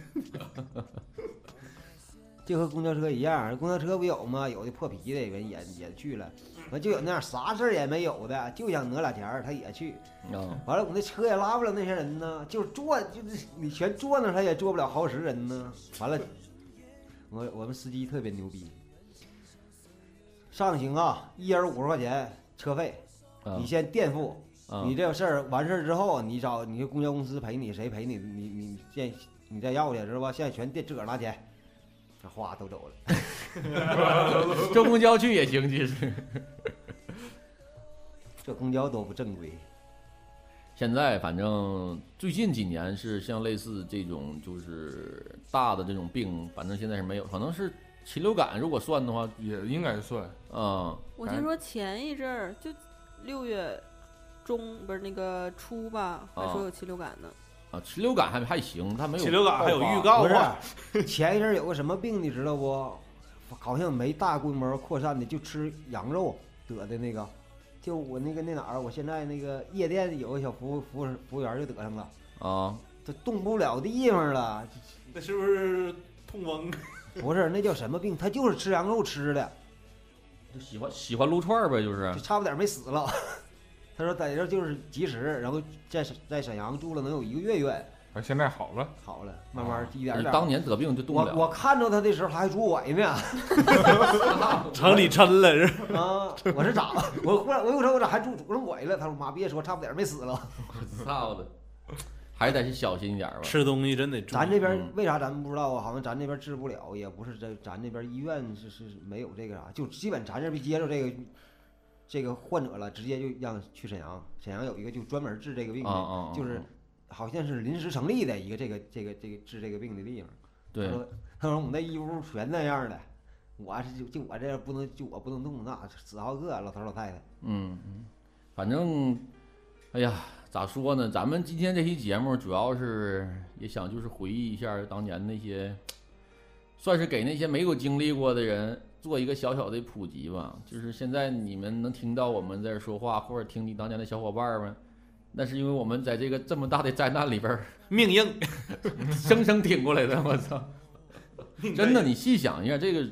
S1: 就和公交车一样，公交车不有吗？有的破皮的人也也去了，完就有那样啥事儿也没有的，就想讹俩钱儿，他也去。
S5: 嗯，
S1: 完了，我那车也拉不了那些人呢，就是坐，就是你全坐那儿，他也坐不了好几十人呢。完了，我我们司机特别牛逼，上行啊，一人五十块钱车费，
S5: 啊
S1: 你先垫付，
S5: 啊
S1: 你这事儿完事儿之后，你找你这公交公司赔你，谁赔你？你你你现你再要去是吧？现在全垫自个儿拿钱，这花都走了。
S5: 坐公交去也行，其实。
S1: 这公交都不正规，
S5: 现在反正最近几年是像类似这种就是大的这种病，反正现在是没有，可能是禽流感，如果算的话，
S4: 也应该算，
S5: 嗯，
S2: 我听说前一阵儿就六月中不是那个初吧，还
S5: 啊
S2: 说有禽流感呢。
S5: 啊，禽流感还还行，它没有
S3: 禽流感还有
S5: 哎爆发
S3: 预告
S1: 不
S3: 啊，
S1: 是，前一阵儿有个什么病，你知道不？好像没大规模扩散的，就吃羊肉得的那个。就我那个那哪儿，我现在那个夜店有个小服务服务服务员就得上了，
S5: 啊，
S1: 都动不了地方了。
S3: 那是不是痛风？
S1: 不是，那叫什么病？他就是吃羊肉吃的，
S5: 就喜欢喜欢撸串儿呗，就是
S3: 嗯
S1: 就差不点没死了。 [laughs] 他说在这儿就是及时，然后在沈在沈阳住了能有一个月院，反
S4: 啊，现在好了，
S1: 好了，慢
S3: 啊
S1: 慢一点儿
S5: 你
S1: 点儿。
S5: 当年得病就动不
S1: 我
S5: 了，
S1: 我看着他的时候，他还拄拐呢。
S3: [laughs] 城里抻了是吧？
S1: 啊！我是咋？ [laughs] 我忽然我又说我咋还拄拄上拐了？他说妈别说，差不点没死
S5: 嗯
S1: 了。
S5: [laughs] 操的，还得小心一点吧。
S3: 吃东西真得注意。
S1: 咱这
S5: 嗯
S1: 边为啥咱们不知道啊？好像咱这边治不了，也不是这咱这边医院是是是没有这个啥，就基本咱这边接受这个这个患者了，直接就让去沈阳。沈阳有一个就专门治这个病
S5: 啊啊
S1: 的，
S5: 啊！
S1: 就是好像是临时成立的一个这个这个这个治这个病的地方。
S5: 对
S1: 他，说他说我们那一屋全那样的，我是就就我这不能就我不能动，那死好几个老头老太太。
S5: 嗯，反正，哎呀，咋说呢？咱们今天这期节目主要是也想就是回忆一下当年那些，算是给那些没有经历过的人做一个小小的普及吧，就是现在你们能听到我们在这说话，或者听你当年的小伙伴们，那是因为我们在这个这么大的灾难里边儿 [laughs]
S3: 命硬，
S5: 生生挺过来的。我操！
S3: 命
S5: 真的，
S3: 硬
S5: 你细想一下，这个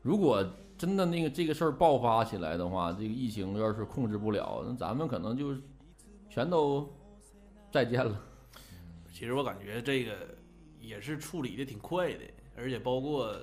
S5: 如果真的那个这个事儿爆发起来的话，这个疫情要是控制不了，那咱们可能就全都再见了。
S3: 其实我感觉这个也是处理的挺快的，而且包括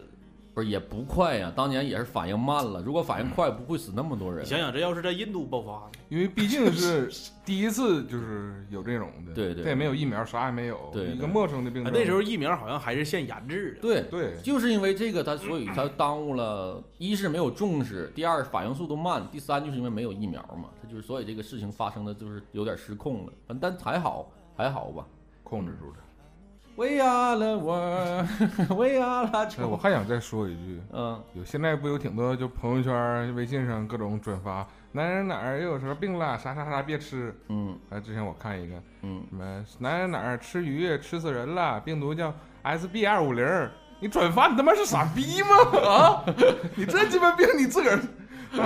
S5: 不是也不快呀、当年也是反应慢了。如果反应快，不会死那么多人
S3: 你。想想，这要是在印度爆发呢，
S4: 因为毕竟是第一次，就是有这种的，
S5: 对对
S4: 再也没有疫苗，啥也没有，
S5: 对对
S4: 一个陌生的病
S3: 啊
S4: 症。
S3: 那时候疫苗好像还是现研制 [laughs] 的，
S5: 对，
S4: 对，
S5: 就是因为这个，他所以他耽误了，一是没有重视，第二反应速度慢，第三就是因为没有疫苗嘛，他就是所以这个事情发生的就是有点失控了。但但还好还好吧。
S4: 控制住了。
S5: We are the world, [laughs] we are the
S4: 哎，我
S5: children
S4: 还想再说一句，
S5: 嗯，
S4: 有现在不有挺多就朋友圈、微信上各种转发，男人哪儿又有什么病了，啥啥啥别吃。
S5: 嗯
S4: 哎，之前我看一个
S5: 嗯， [laughs]
S4: 什么男人哪儿吃鱼吃死人了，病毒叫 SB 二五零，你转发你他妈是傻逼吗？啊，你这鸡巴病你自个儿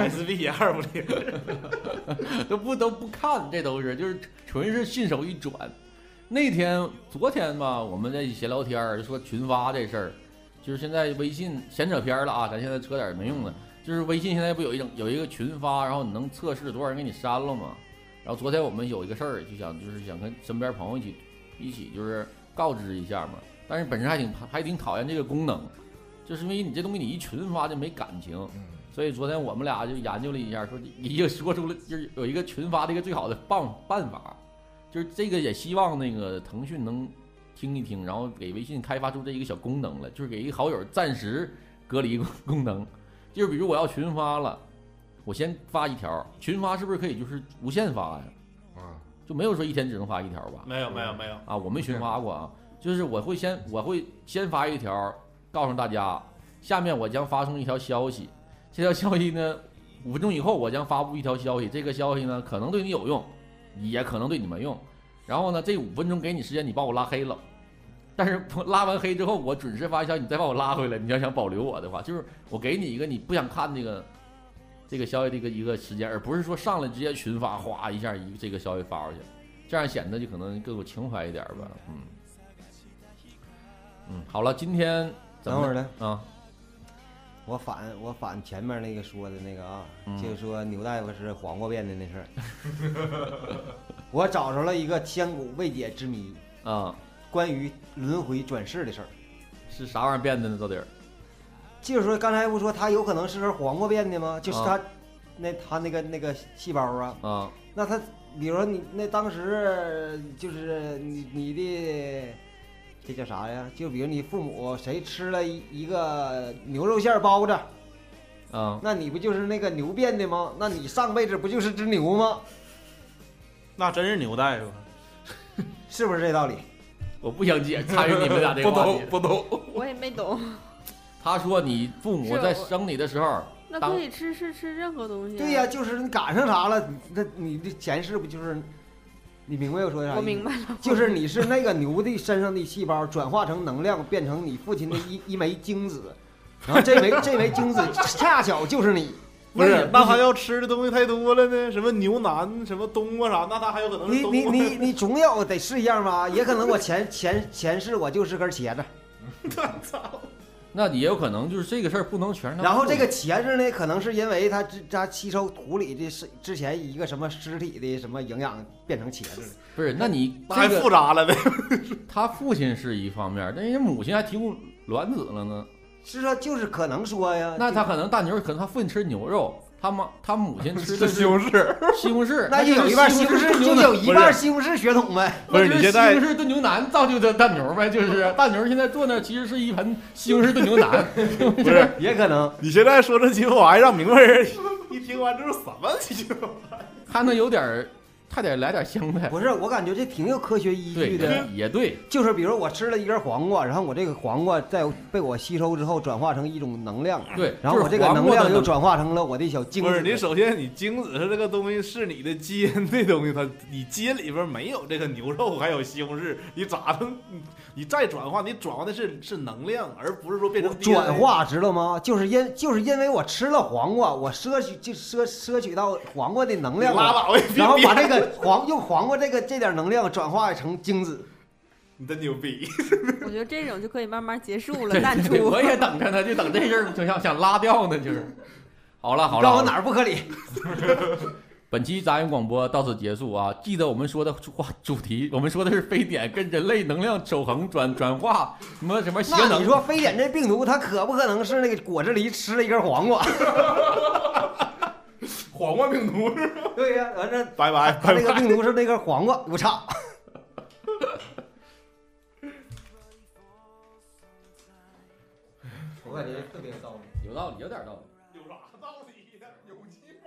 S3: SB 二五零，
S5: 都不都不看，这都是就是纯是信手一转。那天昨天吧，我们在一起闲聊天儿，就说群发这事儿，就是现在微信闲扯偏儿了啊，咱现在扯点儿没用的。就是微信现在不有一种有一个群发，然后你能测试多少人给你删了吗？然后昨天我们有一个事儿，就想就是想跟身边朋友一起一起就是告知一下嘛。但是本身还挺还挺讨厌这个功能，就是因为你这东西你一群发就没感情。所以昨天我们俩就研究了一下，说一个说出了就是有一个群发的一个最好的办办法，就是这个也希望那个腾讯能听一听，然后给微信开发出这一个小功能来，就是给一个好友暂时隔离功功能，就是比如我要群发了，我先发一条，群发是不是可以就是无限发呀？
S4: 啊，
S5: 就没有说一天只能发一条吧？
S3: [laughs] 没有没有没有，
S5: 啊，我没群发过啊，就是我会先我会先发一条，告诉大家，下面我将发送一条消息，这条消息呢，五分钟以后我将发布一条消息，这个消息呢可能对你有用，也可能对你没用，然后呢这五分钟给你时间，你把我拉黑了。但是我 [laughs] 拉完黑之后，我准时发消息，你再把我拉回来。你要想保留我的话，就是我给你一个你不想看这个这个消息的一个一个时间，而不是说上来直接群发，哗一下一个这个消息发过去。这样显得就可能更有情怀一点儿吧。嗯，嗯，好了，今天咱
S1: 等会
S5: 们
S1: 儿呢，
S5: 啊，
S1: 我反我反前面那个说的那个啊，
S5: 嗯
S1: 就是说牛大夫是黄瓜变的那事儿。 [laughs] 我找着了一个千古未解之谜，
S5: 啊，
S1: 关于轮回转世的事儿。
S5: 是啥玩意儿变的呢？到底儿？
S1: 就是说刚才不说他有可能是黄瓜变的吗？就是
S5: 啊
S1: 他，那他那个那个细胞啊，
S5: 啊，
S1: 那他比如说你那当时就是你你的这叫啥呀？就比如你父母谁吃了一一个牛肉馅儿包子，
S5: 啊，
S1: 那你不就是那个牛变的吗？那你上辈子不就是只牛吗？
S3: 那真是牛大 [laughs] 夫，
S1: 是不是这道理？
S5: 我不想解参与你们俩这个
S1: [laughs]
S4: 不
S5: 话
S4: 懂
S5: 题。
S4: 不懂，
S2: 我也没懂。
S5: 他说你父母
S2: 是
S5: 在
S2: 我
S5: 生你的时候，
S2: 那
S5: 当
S2: 可以吃是吃任何东西、啊
S1: 对呀、、就是你赶上啥了，那你的前世不就是？你明白我说的啥意思？
S2: 我明白了，
S1: 就是你是那个牛的身上的细胞转化成能量，变成你父亲的一一枚精子，然后这枚这枚精子恰巧就是你，
S3: [laughs] [laughs] 不
S5: 那也
S3: 是
S5: 不
S3: 那
S5: 行
S3: 他要吃的东西太多了呢，什么牛腩、什么冬瓜啥，那他还有可能是
S1: 你
S3: 冬
S1: 你
S3: 瓜。
S1: 你你总有得试一样吧？也可能我前前前世我就是根茄子，
S5: 那也有可能就是这个事儿不能全让他
S1: 然后
S5: 父
S1: 这
S5: 母
S1: 个茄子呢，可能是因为它之它吸收土里的是之前一个什么尸体的什么营养变成茄子了，
S5: 不是，那你
S3: 那还
S5: 这个
S3: 复杂了呗？
S5: 他父亲是一方面，但人家母亲还提供卵子了呢。
S1: 是说就是可能说呀，
S5: 那他可能大牛可能他父亲吃牛肉，他妈他母亲吃的
S4: 这
S5: 是
S4: 西红柿，
S5: 西红柿，
S1: [laughs] 那就
S5: 就是
S1: 有一半西
S5: 西
S1: 红
S5: 红
S1: 柿
S5: 炖
S1: 就
S5: 牛奶
S1: 有一
S3: 不
S1: 半
S3: 是
S1: 西红柿血统
S5: [laughs]
S1: 呗，
S3: 不是你现
S5: 西
S3: 在
S5: 红柿炖牛腩造就的大牛呗，
S1: [laughs]
S5: 就是大牛现在坐那儿其实是一盆西红柿炖牛腩，
S3: [laughs] 不是
S1: 也可能。
S3: 你现在说这鸡巴玩意儿，让明白人一听完之后什么鸡巴玩意儿？
S5: 还能有点儿还得来点香菜。
S1: 不是，我感觉这挺有科学依
S5: 对
S1: 据的。，
S5: 也对，
S1: 就是比如我吃了一根黄瓜，然后我这个黄瓜在被我吸收之后转化成一种能量，
S5: 对，
S1: 然后我
S5: 就
S1: 这
S5: 是
S1: 个
S5: 黄
S1: 能
S5: 瓜的
S1: 量又转化成了我的小精
S3: 不是，
S1: 子。
S3: 你首先你精子是这个东西是你的基因这东西，它你基因里边没有这个牛肉还有西红柿，你咋能你你再转化？你转化的是是能量，而不是说变
S1: 我
S3: 成 DNA
S1: 转。化知道吗？就是因就是因为我吃了黄瓜，我摄取就摄摄取到黄瓜的能
S3: 你
S1: 量
S3: 拉
S1: 了，
S3: 倒吧，
S1: 然后
S3: 你
S1: 把这个黄用黄瓜这个这点能量转化成精子。
S3: 你真牛逼！
S2: 我觉得这种就可以慢慢结束了，
S5: 对
S2: 淡
S1: [laughs]
S5: 对
S2: 出
S5: 我。也等着呢，就等这事儿，就想想拉掉呢，就是。好了好了，
S1: 告诉我
S5: 好了
S1: 哪儿不合理？
S5: 本期杂音广播到此结束啊！记得我们说的话主题，我们说的是非典跟人类能量守恒转转化什么什么邪
S1: 那
S5: 能
S1: 你，说非典这病毒，它可不可能是那个果子狸吃了一根黄瓜？
S4: 黄瓜病毒是
S1: 对呀、完了，
S3: 拜拜
S1: 它那个病毒是那根黄瓜，我操！我感觉特别有道理。
S5: 有道理，有点道理。
S3: 有啥道理呀？有劲。